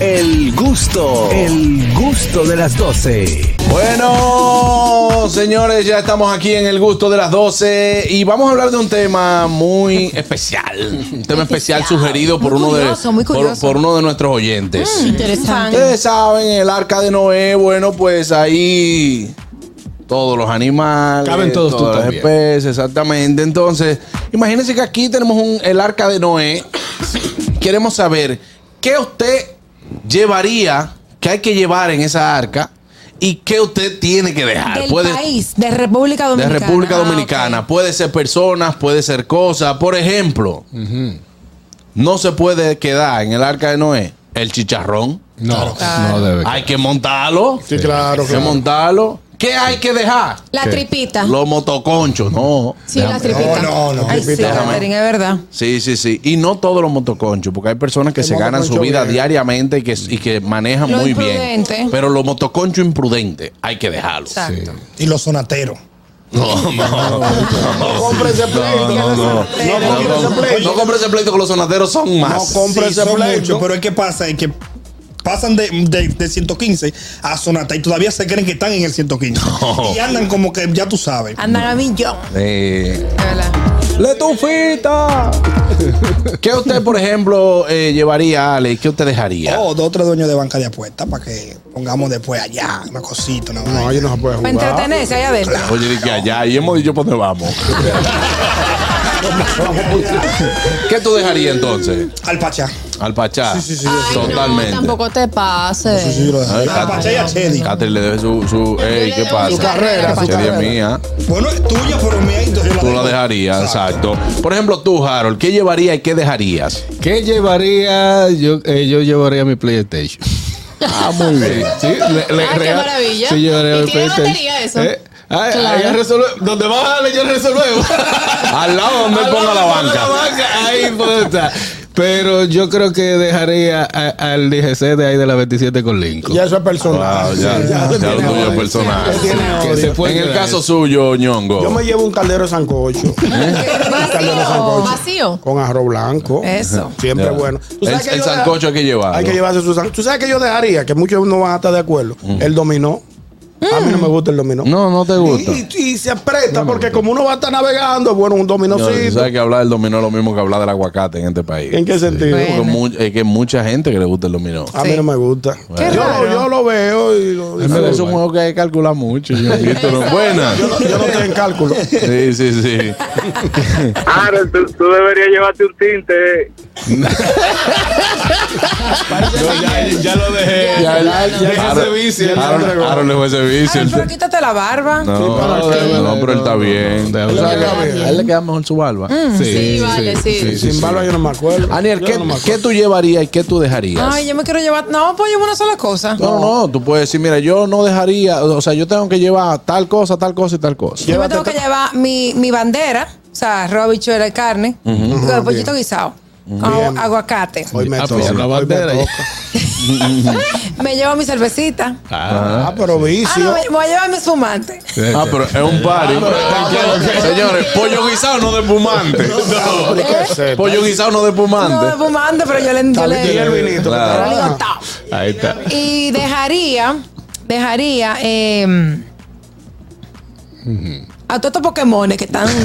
El gusto, el gusto de las 12. Bueno, señores, ya estamos aquí en el gusto de las 12 y vamos a hablar de un tema muy especial. Un tema especial sugerido por Muy uno, curioso, de, muy por, curioso. Mm. por uno de nuestros oyentes. Interesante. Ustedes saben, el arca de Noé, bueno, pues ahí todos los animales, Caben todos tú todas las también. especies, exactamente. Entonces, imagínense que aquí tenemos un, el arca de Noé. Queremos saber qué usted llevaría, qué hay que llevar en esa arca y qué usted tiene que dejar. Del Puede- país, de República de Dominicana. República Ah, ok. Dominicana. Puede ser personas, puede ser cosas. Por ejemplo, no se puede quedar en el arca de Noé el chicharrón. No, no debe. Hay que montarlo. Sí, claro, Hay que claro. montarlo. ¿Qué hay que dejar? La ¿Qué? tripita. Los motoconchos, no. sí, la tripita. No, no, no. Ay, sí, Tripita, jamás. Caterina, es verdad. Sí, sí, sí. Y no todos los motoconchos, porque hay personas que El se ganan su motoconcho vida bien. diariamente y que, y que manejan Lo muy imprudente. bien. Pero los motoconchos imprudentes hay que dejarlos. Exacto. y los sonateros. No, no, no. Compre ese pleito, No, no, no. no compre ese No, pleito. No compre ese pleito que los sonateros son No más. compre Ah, Sí, ese son pleito. muchos, pero es que pasa, es que pasan de, de- de 115 a sonata y todavía se creen que están en el 115. Y andan como que ya tú sabes. Andan a millón. Eh, De verdad. ¡Letufita! ¿Qué usted, por ejemplo, eh, llevaría, Ale? ¿Qué usted dejaría? O Oh, dos o tres dueños de banca de apuestas para que pongamos después allá una cosita, una vaina. No, ellos no se puede Para jugar. entretenerse allá adentro. Oye, de que allá, y hemos dicho por dónde vamos. ¿Qué tú dejarías entonces? Al Pachá. Al Pachá. Sí, sí, sí. Ay, no, Totalmente. tampoco te pases. Sí, sí, yo lo dejo. Ay, Al Cat- Pachá y a Chedi. Catherine le debe su. su ey, le ¿Qué debo pasa? mi carrera, Esa su sería carrera. mía. Bueno, es tuya, pero mía y yo la Tú la dejo. dejarías, exacto. Por ejemplo, tú, Harold, ¿qué llevarías y qué dejarías? ¿Qué llevaría? Yo, eh, yo llevaría mi PlayStation. Ah, muy bien. Sí, le, le- Ah, qué real- maravilla. Sí, llevaría ¿Y mi tiene PlayStation. batería eso? Eh, ay, Claro. allá resolve- Donde va Ale, yo resolvemos. Al lado donde él Al ponga la lado donde banca. ponga la banca, Ahí puede estar. Pero yo creo que dejaría a- al DGC de ahí de la 27 con Lincoln. Ya eso es personal. Wow, Ah, ya, Sí, ya, pues, eso lo tiene tuyo es odio. personal. Eso tiene Que se odio. fue En el quedar caso eso. suyo, Yo ñongo. me llevo un caldero de ¿Eh? sancocho Vacío. Vacío. con arroz blanco. Eso. Siempre Ya. bueno. ¿Tú sabes El- que el yo deja- sancocho hay que llevarlo. Hay que llevarse su sancocho. ¿Tú sabes que yo dejaría? Que muchos no van a estar de acuerdo. El dominó. A mí no me gusta el dominó. Mm. No, no te gusta. Y, y- y se aprieta porque como uno va a estar navegando, es bueno un No, tú dominocito. sabes que hablar del dominó es lo mismo que hablar del aguacate en este país. ¿En qué sentido? Bueno. Porque mu- es que mucha gente que le gusta el dominó. Ah, A mí Sí. no me gusta. Qué Yo, lo- raro. yo lo veo y lo me Pero da es un igual. juego que hay que calcular mucho. Yo, esto no es buena. yo, no- yo no estoy en cálculo. Sí, sí, sí. Harold, tú, tú deberías llevarte un tinte. Yo ya, ya lo dejé. Ya, ya, Deja ese Aaron- vicio, ya Aaron- se entregó. Aaron le fue ese vicio. Ay, pero quítate la barba. No, Sí, para no, qué. pero él está No, bien. no, no, Tú sabes no, que A él le queda mejor su barba. Sí, Sí, vale, sí. Sin barba yo no me acuerdo. Aniel, Yo ¿qué, no me qué tú llevarías y qué tú dejarías? Ay, yo me quiero llevar. No, pues llevo una sola cosa. no, no, tú puedes decir, mira, yo no dejaría, o sea, yo tengo que llevar tal cosa, tal cosa y tal cosa. Yo me tengo que llevar mi, mi bandera, o sea, arroz, habichuela y carne, con el pollito guisado, con Bien. aguacate. Hoy me Ah, toca. pues, la hoy me bandera. toca. Me llevo mi cervecita. Ah, Ah, pero Ah, no, vicio. me, me voy a llevar mi espumante. Ah, pero es un party. Ah, Señores, pollo guisado no de espumante. ¿Pero qué es esto? Pollo guisado no de Eh, No, espumante. espumante, pero yo le. Yo le Y el vinito. pero le digo, Ah. "Tao". ahí está. Y dejaría, dejaría eh, a todos estos Pokémones que están. que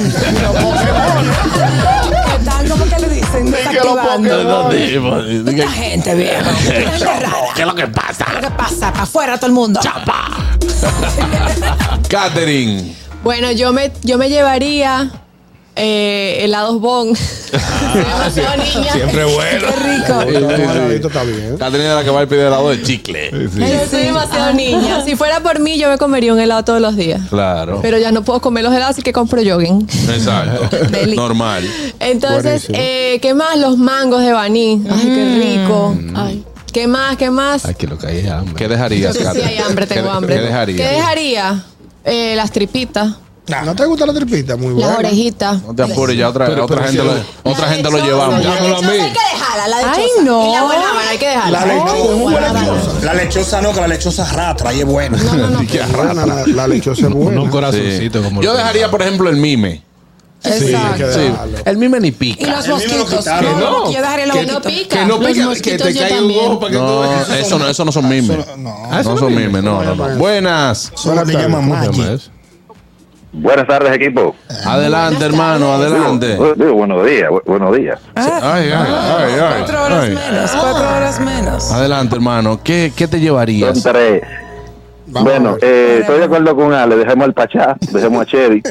están como que le dicen, desactivando. Esta gente, viejo. Esta gente rara. ¿Qué es lo que pasa? ¿Qué pasa? Para afuera todo el mundo. Chapa. Catherine. Bueno, yo me, yo me llevaría eh, helados bon. Ah, Demasiado niña. Siempre bueno. Qué rico. Está guardadito, está bien. Catherine era la que va a pedir helado de chicle. Yo soy demasiado niña. Si fuera por mí, yo me comería un helado todos los días. Claro. Pero ya no puedo comer los helados, así que compro jogging. Exacto. Deli. Normal. Entonces, eh, ¿qué más? Los mangos de Baní. Ay, qué rico. Mm. Ay. ¿Qué más? ¿Qué más? Aquí lo que hay es hambre. ¿Qué dejarías, Sí, sí, Catherine? hay hambre, ¿Qué- tengo hambre. ¿Qué dejarías? ¿Qué dejaría? Eh, las tripitas, Nah, ¿No te gusta la tripita? Muy las buena. orejitas. No te apures, ya otra, Pero- otra pero gente, si- lo, otra gente lo llevamos. ya. Llámalo a mí. hay que dejarla, la Ay, lechosa. no. Y la guanábana hay que dejarla. La lechosa Ay, es muy buena guanábana. lechosa. La lechosa no, que la lechosa rastra y es buena. No, no, no. Buena, la, la lechosa es buena. Un Sí. corazoncito como el Yo que- dejaría, por ejemplo, el mime. que Exacto. Sí. dejarlo. El mismo ni Y pica. A los mí me lo mosquitos. No, quitaron. no, No, yo dejaré los que no mosquitos. pica. Que no Los pica, que mosquitos te yo caiga un también. ojo para que tú No, veas. eso no, eso no son mimes. Eso no, Ah, No eso son mismo. mimes, no, no, no. Buenas. eso le llaman ¿Cómo se llama Magic. eso? Buenas tardes, equipo. Adelante, hermano, adelante. Digo, digo, buenos días, bu- buenos días. Ah, Ay, ay, ay, ay. cuatro horas ay. menos, cuatro horas menos. Adelante, hermano. ¿Qué, qué te llevarías? Son tres. Vamos a bueno, ver. eh, estoy de acuerdo con Ale, dejemos al Pachá, dejemos a Chevy,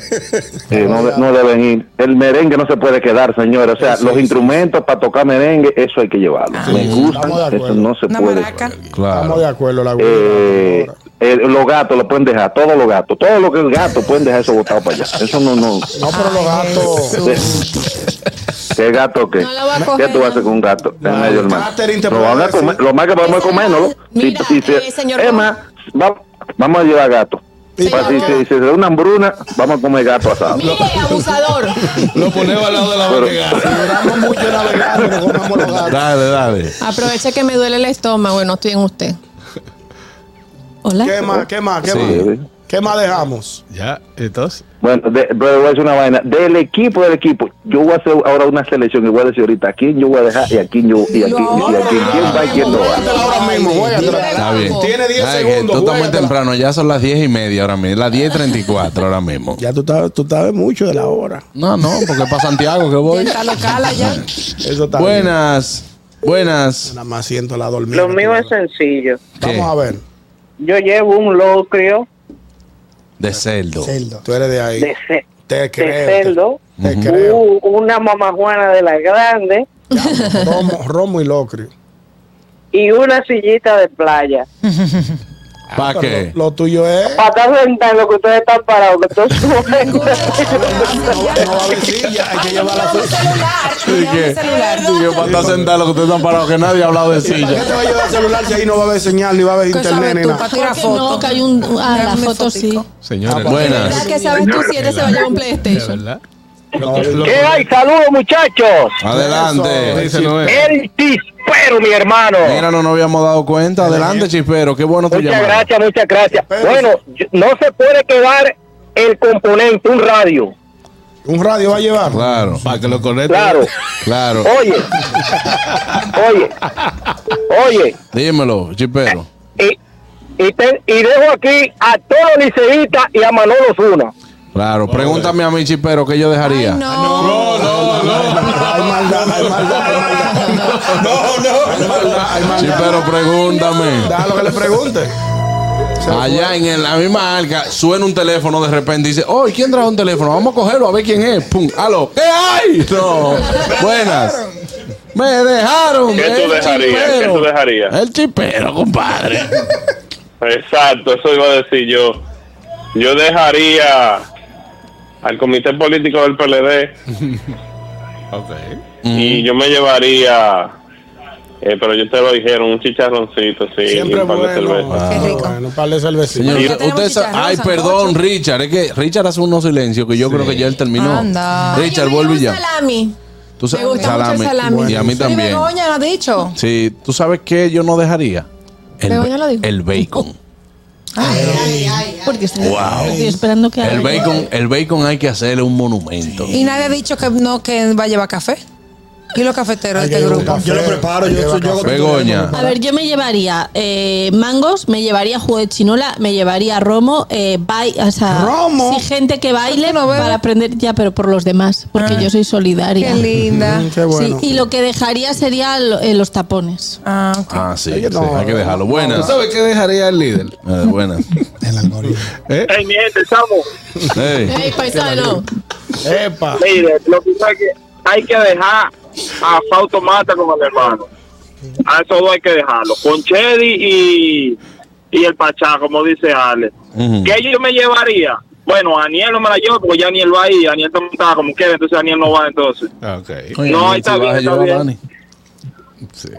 Eh, no, de- no deben ir. El merengue no se puede quedar, señores. O sea, los instrumentos para tocar merengue, eso hay que llevarlo. Me gustan, Ah. estamos de eso acuerdo. no se Una puede. maraca. Estamos Claro. de acuerdo, la Eh, ahora. eh, los gatos lo pueden dejar, todos los gatos, todo lo que es gato pueden dejar eso botado para allá. Eso no, no. No, pero los gatos. ¿Qué gato qué? No la voy a ¿Qué coger, tú no. vas a hacer con un gato? en medio del mar? Catherine, te Lo, puedo van a decir. comer- lo más que podemos es comérnoslo. Mira, eh, señor- Es más, va- vamos a llevar gato. Sí, Para si, señor. si- si se da una hambruna, vamos a comer gato asado. Mire, abusador. Lo ponemos al lado de la Pero- boca. Duramos mucho en la vegana, no comamos los gatos. Dale, dale. Aprovecha que me duele el estómago y no estoy en usted. Hola. ¿Qué más? ¿Qué más? ¿Qué Sí. más? ¿Qué más dejamos? Ya, entonces. Bueno, de- pero voy a decir una vaina. Del equipo, del equipo, yo voy a hacer ahora una selección y voy a decir ahorita a quién yo voy a dejar y a quién yo y a quién, y a quién, quién va y quién no va. Juégatela ahora mismo, juégatela. Está bien. Tiene 10 Ay, que segundos, Tú estás muy juégatela. temprano, ya son las 10 y media ahora mismo. Las 10 y 34 ahora mismo. Ya tú sabes, tú sabes mucho de la hora. No, no, porque es para Santiago que voy. Está locala ya. Eso está bien. Buenas, buenas. Nada más siento la dormida. Lo mío es sencillo. Vamos a ver. Yo llevo un locrio De cerdo. Celdo. Tú eres de ahí. de, ce- Te de creo. cerdo, Te Ujú. creo. u- una mamajuana de la grande Romo, romo y locrio. y una sillita de playa. ¿Para qué? Ah, Lo, lo tuyo es. Para estar sentado lo que ustedes están parados, que todos suben. No va a haber silla, hay que llevar la Un silla. celular. mira, qué? Un celular. Sí, que para estar sentado lo que ustedes están parados, que nadie ha hablado de ¿Para qué silla. te va a llevar el celular si ahí no va a haber señal, ni va a haber ¿Qué internet, sabes ni tú? Para nada? tirar No, que fotos. hay un. Ah, la Dame foto sí. fotico. Señores. ¿Verdad Buenas. que sabes tú si este se va a llevar un De PlayStation? verdad. No, Lo- ¿Qué hay? Saludos, muchachos. Adelante. Ese no es. El tispero, mi hermano. Mira, no nos habíamos dado cuenta. Adelante, chispero. Qué bueno tu Muchas llamada. gracias, muchas gracias. Bueno, yo- no se puede quedar el componente, un radio. Un radio va a llevar. Claro, Para que lo conecte. Claro. claro. Oh. Oye, oye, oye. Dímelo, chispero. y, y, te- y dejo aquí a todos los liceístas y a Manolo Zuna. Claro, pregúntame a mi chispero qué yo Ay, dejaría. no. Hay maldad, hay maldad, hay maldad. Hay maldad, hay maldad. Chispero, pregúntame. Déjalo que le pregunte. Allá en el- la misma arca suena un teléfono de repente y dice, oh, ¿y ¿quién trajo un teléfono? Vamos a cogerlo a ver quién es. Pum, aló, ¿qué hay? No, buenas. Me dejaron. ¿Qué tú el dejarías? ¿Qué chipero. tú dejarías? El chipero, compadre. Exacto, eso iba a decir yo. Yo dejaría al comité político del PLD Ok. y yo me llevaría, eh, pero yo te lo dijeron, un chicharroncito, sí, y Siempre un par de bueno. cervezas. Ah. Qué rico. Bueno, un par de cervecitas. Señor, Pero ya tenemos usted sa- chicharrón, Ay, sancocho. perdón, Richard. Es que Richard hace unos silencios que yo creo que ya él terminó. Anda. Ay, Richard, Ay, yo vuelve quiero ya. un salami. Tú Me gusta mucho el salami. Y a mí Sí, también. Begoña lo ha dicho. Sí, ¿tú sabes qué yo no dejaría? El, Begoña lo dijo. el bacon. Porque estoy, estoy esperando que El alguien- bacon, el bacon hay que hacerle un monumento. Y nadie ha dicho que no que va a llevar café. ¿Y los cafeteros de este llevar grupo? café. Yo lo preparo, yo, yo, yo hago Begoña. A ver, yo me llevaría eh, mangos, me llevaría jugo de chinola, me llevaría romo, eh, bai- o sea, ¿Romo? sí, gente que baile no veo? para aprender ya, pero por los demás, porque yo soy solidaria. Qué linda. Mm, Qué bueno. Sí, y lo que dejaría sería lo- eh, los tapones. Ah, ok. Ah, sí, Oye, sí, no, hay que dejarlo. ¿Tú Buenas. sabes qué dejaría el líder? Eh, buenas. El algoritmo. ¿Eh? Hey, mi gente, estamos. Ey, Ey, paisano. Epa. Mire, lo que pasa es que hay que dejar a Fauto Mata como el hermano. A eso dos hay que dejarlo. Con Chedi y, y el Pachá, como dice Ale. Ujú. ¿Qué yo me llevaría? Bueno, a Aniel no me la llevo porque ya Aniel va ahí. Aniel también estaba como que entonces Aniel no va entonces. Ah, Ok. Oye, No, Dani, ahí está tú vas a bien, está llevar a bien. Dani. Sí.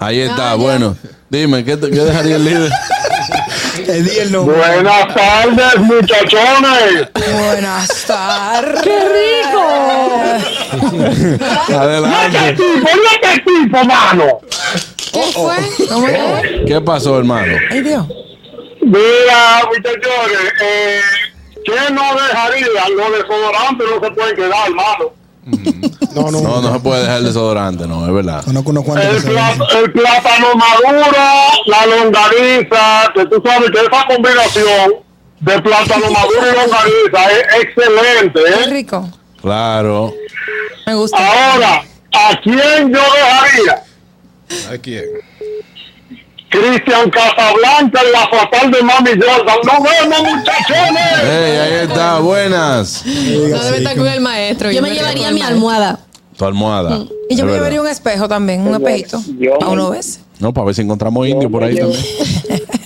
Ahí está, Ah, ya. bueno. Dime, ¿qué, te- qué dejaría el líder? Te di el nombre. Buenas tardes, muchachones. Buenas tardes. ¡Qué rico! Adelante. ¡Ponete este tipo, mano! ¿Qué fue? ¿Cómo que? ¿Qué pasó, hermano? Ay, Dios. Mira, muchachones, eh, ¿Qué no dejaría? Los desodorantes no se pueden quedar, hermano. No, no, no, se puede dejar el desodorante, no, es verdad. Conozco unos cuantos. El, que se ven. pla- el plátano maduro, la longaniza, que tú sabes que esa combinación de plátano maduro y longaniza es excelente. Qué ¿eh? rico. Claro. Me gusta. Ah. Ahora, ¿a quién yo dejaría? ¿A quién? Cristian Casablanca en la fatal de Mami Jordan. ¡Nos vemos, muchachones! Ey, ahí está, buenas. No debe estar con el maestro. Yo me quedo llevaría con mi el almohada. Tu almohada. Mm, Y Es yo me verdad. llevaría un espejo también, un espejito. Yo- ¿A uno ves? No, para ver si encontramos indio por ahí Yo- también.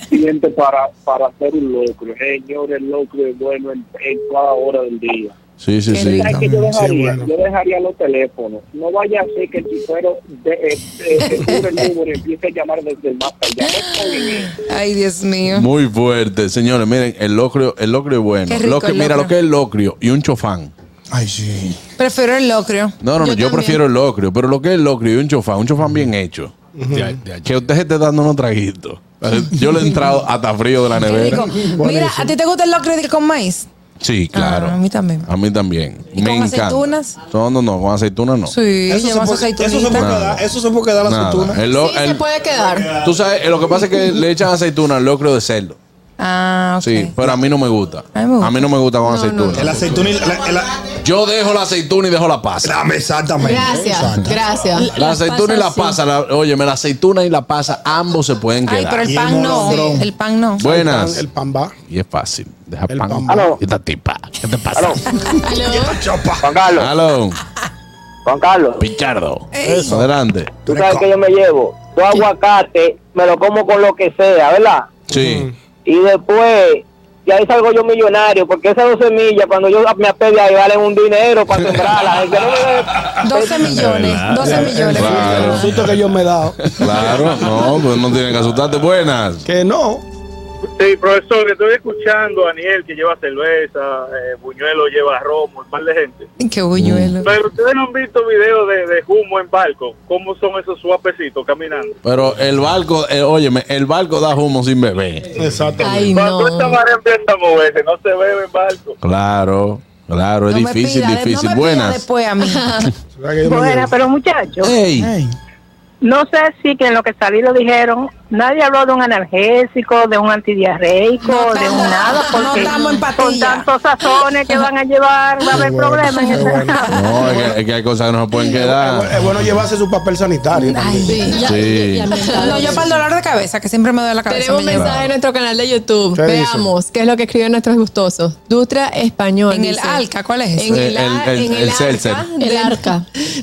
Siente para, para hacer un locro. Señor, el locro es bueno en, en cada hora del día. Sí, sí, Qué sí. ¿Sabes qué yo dejaría? Sí, bueno. Yo dejaría los teléfonos. No vaya a ser que el chifero de, eh, eh, que cubre el número empiece a llamar desde el más allá. No está bien. Ay, Dios mío. Muy fuerte, señores. Miren, el locrio, el locrio es bueno. Qué rico Locrio- el mira locrio. lo que es el locrio y un chofán. Ay, sí. Prefiero el locrio. No, no, no, Yo yo, también. prefiero el locrio, pero lo que es el locrio y un chofán, un chofán bien hecho. Ya- ya- Que usted se esté dando unos traguitos. Yo le he entrado hasta frío de la Qué rico. nevera. Mira, ¿a ti te gusta el locrio de- con maíz? Sí, claro. Ah, a mí también. A mí también. ¿Y Me con encanta. aceitunas? No, no, no, con aceitunas no. Sí, Eso se, lleva su puede, eso se puede aceitunita. quedar, eso se puede quedar la Nada. aceituna. El lo- Sí, se el- puede quedar. Tú sabes, eh, lo que pasa es que le echan aceituna al locrio de cerdo. Ah, ok. Sí, pero a mí no me gusta. A mí me gusta. A mí no me gusta con aceituna. El aceituna y la, el, Yo dejo la aceituna y dejo la pasa. Dame exactamente. Gracias, Exacto. gracias. La Las aceituna y la pasas, sí. pasa, la, óyeme, la aceituna y la pasa, ambos se pueden Ay, quedar. pero el Y pan el no. molondrón. El pan no. Buenas. El pan va. Y es fácil. Deja El pan. pan. Aló. Esta tipa. ¿Qué te pasa? Aló. Juan Carlos, Aló. Juan Carlos, Pichardo. Eso. Adelante. tú sabes que yo me llevo dos aguacate, me lo como con lo que sea, ¿verdad? Sí. Y después, y ahí salgo yo millonario, porque esas dos semillas, cuando yo me apegue ahí, valen un dinero para sembrarlas. El que no me dé- 12 millones. 12 millones. Claro. Ah, El susto que yo me he dado. Claro. No, pues no tienen que asustarte. Buenas. Que no. Sí, profesor, que estoy escuchando a Aniel que lleva cerveza, eh, Buñuelo lleva romo, un par de gente. Ay, Qué Mm. buñuelo. Pero ustedes no han visto videos de, de humo en barco, cómo son esos suapecitos caminando. Pero el barco, eh, óyeme, el barco da humo sin bebé. Exactamente. Ay, Cuando esta no. marea empieza a moverse, pues, no se bebe en barco. Claro. Claro, es No me difícil, pida, de- difícil. no me pida Buenas. después a mí. ¿Sabes que yo me Bueno, llevo? pero muchachos, Ey. no sé si que en lo que salí lo dijeron, nadie habló de un analgésico, de un antidiarreico, No de un estamos- nada, no porque estamos en con patilla. tantos sazones que van a llevar, va a haber bueno, problemas en qué ese bueno. No, es que, es que hay cosas que no se pueden Es bu- quedar. Es bueno llevarse su papel sanitario. Ay, Sí, ya- Sí. ya me está- No, yo para el dolor de cabeza, que siempre me duele la cabeza. Tenemos un me llevo. mensaje en nuestro canal de YouTube. ¿Qué dice? Veamos Pues, qué es lo que escriben nuestros gustosos. Dutra español. En el dice. Alca, ¿cuál es En eso? Eh, el, a- el- el- en el arca seltzer. de- El arca.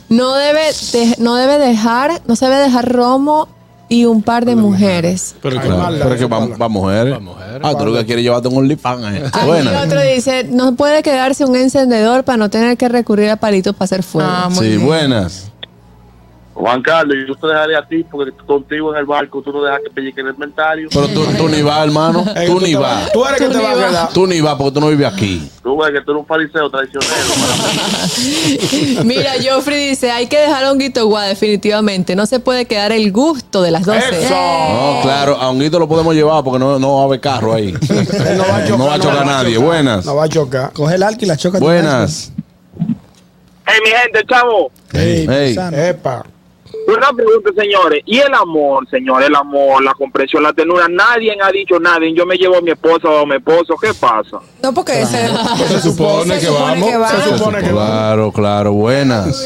No debe, de- no debe dejar, no se debe dejar romo y un par de mujeres. Pero Ay, Claro, mala, pero es que esa va, mala. va a mujeres. Va a mujeres. Ah, tú lo que quieres es llevarte un OnlyFans. eh. Aquí Buenas. otro dice, no puede quedarse un encendedor para no tener que recurrir a palitos para hacer fuego. Ah, muy Sí, bien. buenas. Juan Carlos, yo te dejaré a ti, porque contigo en el barco tú no dejas que pelliquen el inventario. Pero tú, tú ni vas, hermano. Es que Tú ni te vas. vas- Eh, Tú eres que te vas a quedar. Tú ni vas porque tú no vives aquí. Tú ves que tú eres un fariseo traicionero. Mira, Joffrey dice, hay que dejar a Honguito Guá definitivamente. No se puede quedar el gusto de las 12. Eh. Eso. No, claro, a Honguito lo podemos llevar porque no, no va a haber carro ahí. Él no va a chocar, nadie. Buenas. No va a chocar. Coge el alca y la choca. Buenas. hey, mi gente, chavo. Ey, Ey. paisano. Epa. Una pregunta, señores. ¿Y el amor, señores? El amor, la comprensión, la ternura. Nadie ha dicho nada. Yo me llevo a mi esposa o a mi esposo. ¿Qué pasa? No, porque ese. Se supone se que supone vamos. que va. Se supone que va. Claro, claro, buenas.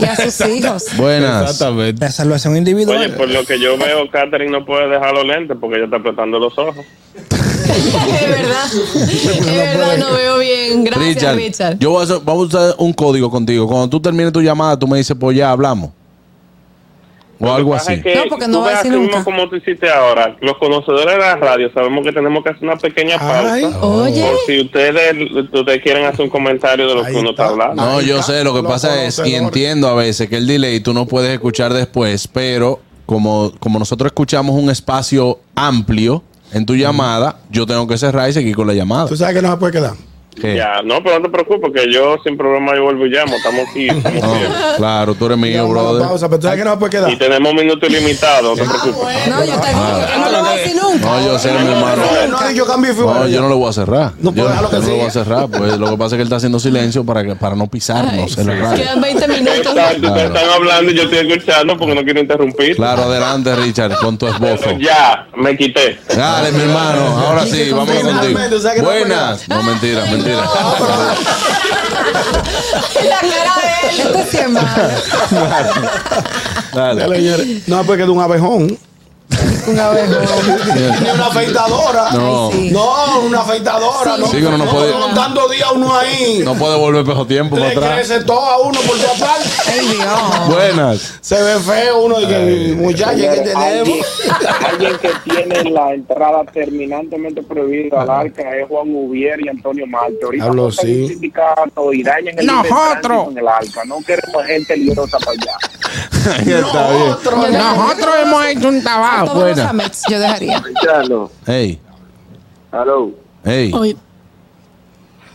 Y a sus hijos. Buenas. Exactamente. La salvación individual. pues, por lo que yo veo, Catherine no puede dejar los lentes porque ella está apretando los ojos. Es verdad. Es verdad, no veo bien. Gracias, Richard. Richard, yo voy a hacer- vamos a usar un código contigo. Cuando tú termines tu llamada, tú me dices, pues ya hablamos. O algo así. No, porque no va a decir nunca. Como tú hiciste ahora, los conocedores de la radio sabemos que tenemos que hacer una pequeña pausa. Ay. Oye. Por Oh, si ustedes, ustedes quieren hacer un comentario de lo Ahí que uno está está. hablando. No, Ahí yo está, sé, lo que lo pasa es, y conocedores. entiendo a veces que el delay tú no puedes escuchar después, pero como, como nosotros escuchamos un espacio amplio en tu llamada, yo tengo que cerrar y seguir con la llamada. Tú sabes que no se puede quedar. ¿Qué? Ya, no, pero no te preocupes, que yo sin problema yo vuelvo y llamo. Estamos aquí. Estamos No, bien. claro, tú eres mío, brother. pausa, pero tú sabes que no puede quedar. Y tenemos minutos ilimitados, no te preocupes. No lo voy a decir nunca. No, yo sé, mi hermano. No, yo cambié y fui para No, allá. yo no lo voy a cerrar. No puedo yo dejarlo que yo no lo voy a siga. cerrar. Pues lo que pasa es que él está haciendo silencio para, que, para no pisarnos en el radio. Quedan 20 minutos. Exacto, ustedes están hablando y yo estoy escuchando porque no quiero interrumpir. Claro, adelante, Richard, con tu esbozo. Ya, me quité. Dale, mi hermano. Ahora sí, vamos contigo. Finalmente, o sea que no puede Buenas. No, mentira, mentira. La cara de él. Esto sí es malo. Dale, señores. No, pues quedó un abejón. Un abejón. Ni una afeitadora. No. Ay, sí. No, una afeitadora. Sí. No, Sí, que uno no puede- Tanto día uno ahí. No puede volver pejo tiempo para Le atrás. crece todo a uno por de atrás. Buenas. Se ve feo uno y que muchacha que Alguien, tenemos. alguien que tiene la entrada terminantemente prohibida al arca es Juan Ubier y Antonio Marte. Ahorita Hablo, montan un sí. sindicato y dañan el libre Nosotros. tránsito en el arca. No queremos gente liderosa para allá. Está bien. Nosotros hemos hecho un trabajo. Todos los Buena. Amex, yo dejaría. Carlos, Hey, aló. hey.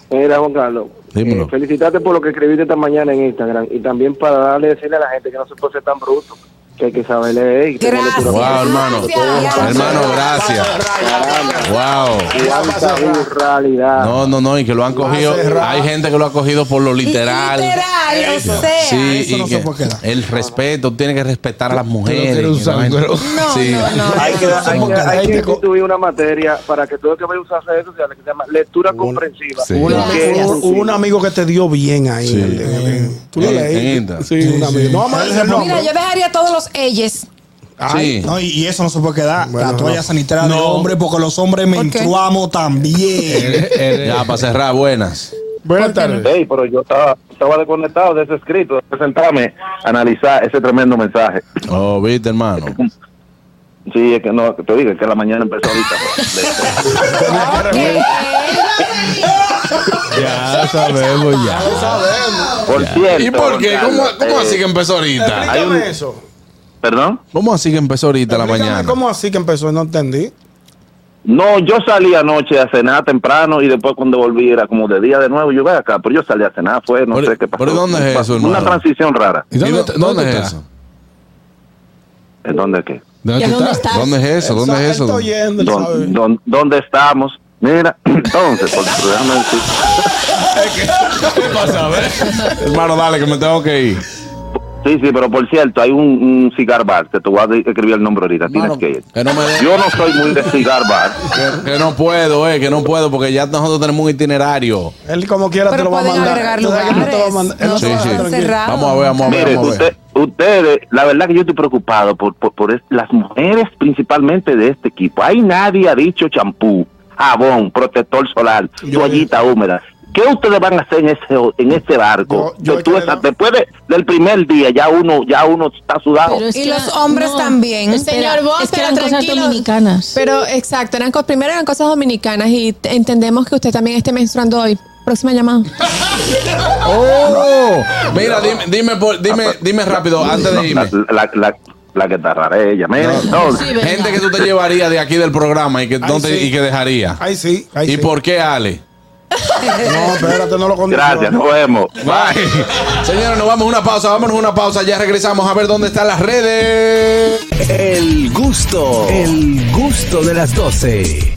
Mira, Juan Carlos. Dímelo. Eh, Felicitarte por lo que escribiste esta mañana en Instagram y también para darle decirle a la gente que no se puede ser tan bruto, que hay que saber leer y tener lectura. Wow, hermano. Hermano, gracias. Wow. Cuánta burralidad. No, no, no, y que lo han cogido. Hay gente que lo ha cogido por lo literal. Literal, o sea. Sí, y que el respeto, tiene que respetar a las mujeres. eres un y que la gente- Sí. Hay que, hay que, hay que instituir una materia para que todo el que vaya a usar redes sociales que se llama lectura comprensiva. Hubo un Que es amigo- hubo un amigo que te dio bien ahí. en el- en el- Tú lo En- en leíste. Insta. Sí, un amigo. No vamos a decir el Mira, nombre. yo dejaría todos los ellos. Ay, no, y- y eso no se puede quedar. la toalla no. sanitaria de No. hombre, porque los hombres menstruamos también. Ya, para cerrar, buenas. Buenas tardes. Ey, pero yo estaba, estaba desconectado de ese escrito, de sentarme a analizar ese tremendo mensaje. Oh, viste, hermano. Sí, es que no, te digo, es que la mañana empezó ahorita. pues. Ya sabemos, ya. por cierto. ¿Y por qué? Juan ¿Cómo, Carlos, cómo eh, así que empezó ahorita? hay un- eso. ¿Perdón? ¿Cómo así que empezó ahorita la mañana? ¿Cómo así que empezó? No entendí. No, yo salí anoche a cenar temprano y después cuando volví era como de día de nuevo. Yo voy acá, pero yo salí a cenar, fue, no sé qué pasó. pero ¿dónde es eso, Una hermano? transición rara. ¿Y dónde, dónde es eso? ¿En dónde qué? ¿Dónde, estás? ¿Dónde es eso? ¿Dónde es eso? ¿Dónde, dónde, dónde estamos? Mira, entonces, por déjame decir. ¿Qué pasa, Hermano, dale, que me tengo que ir. Sí, sí, pero por cierto, hay un, un cigar bar, que te voy a de- escribir el nombre ahorita, tienes que ir. Yo no soy muy de cigar bar. Que, que no puedo, eh, que no puedo, porque ya nosotros tenemos un itinerario. Él como quiera te lo va a mandar. Tú sabes que no te va a mandar. Él no te Sí, va a sí. dejar tranquilo. Vamos a ver, vamos a ver, Mire, vamos a ver. usted- ustedes, la verdad que yo estoy preocupado por, por, por es- las mujeres principalmente de este equipo. Ahí nadie ha dicho champú, jabón, protector solar, toallita húmeda. ¿Qué ustedes van a hacer en ese en ese barco? Que tú estás- después de- del primer día ya uno ya uno está sudado. Pero es Y que- los hombres también. Señor Espera, Bob, es que pero eran cosas tranquilo. dominicanas. Pero exacto, eran, cos- primero eran cosas dominicanas y t- entendemos que usted también esté menstruando hoy. Próxima llamada. Oh, mira, dime, dime, por- dime, dime rápido, antes No, de irme. La, la, la- la que está rara es ella. Mira, entonces, Gente que tú te llevarías de aquí del programa y que, no te- y que dejaría. Ahí sí. ahí ¿Y sí. por qué, Ale? No, espérate, no lo conté. gracias, nos vemos. Bye. Señores, nos vamos a una pausa, vámonos a una pausa, ya regresamos a ver dónde están las redes. El gusto, el gusto de las 12.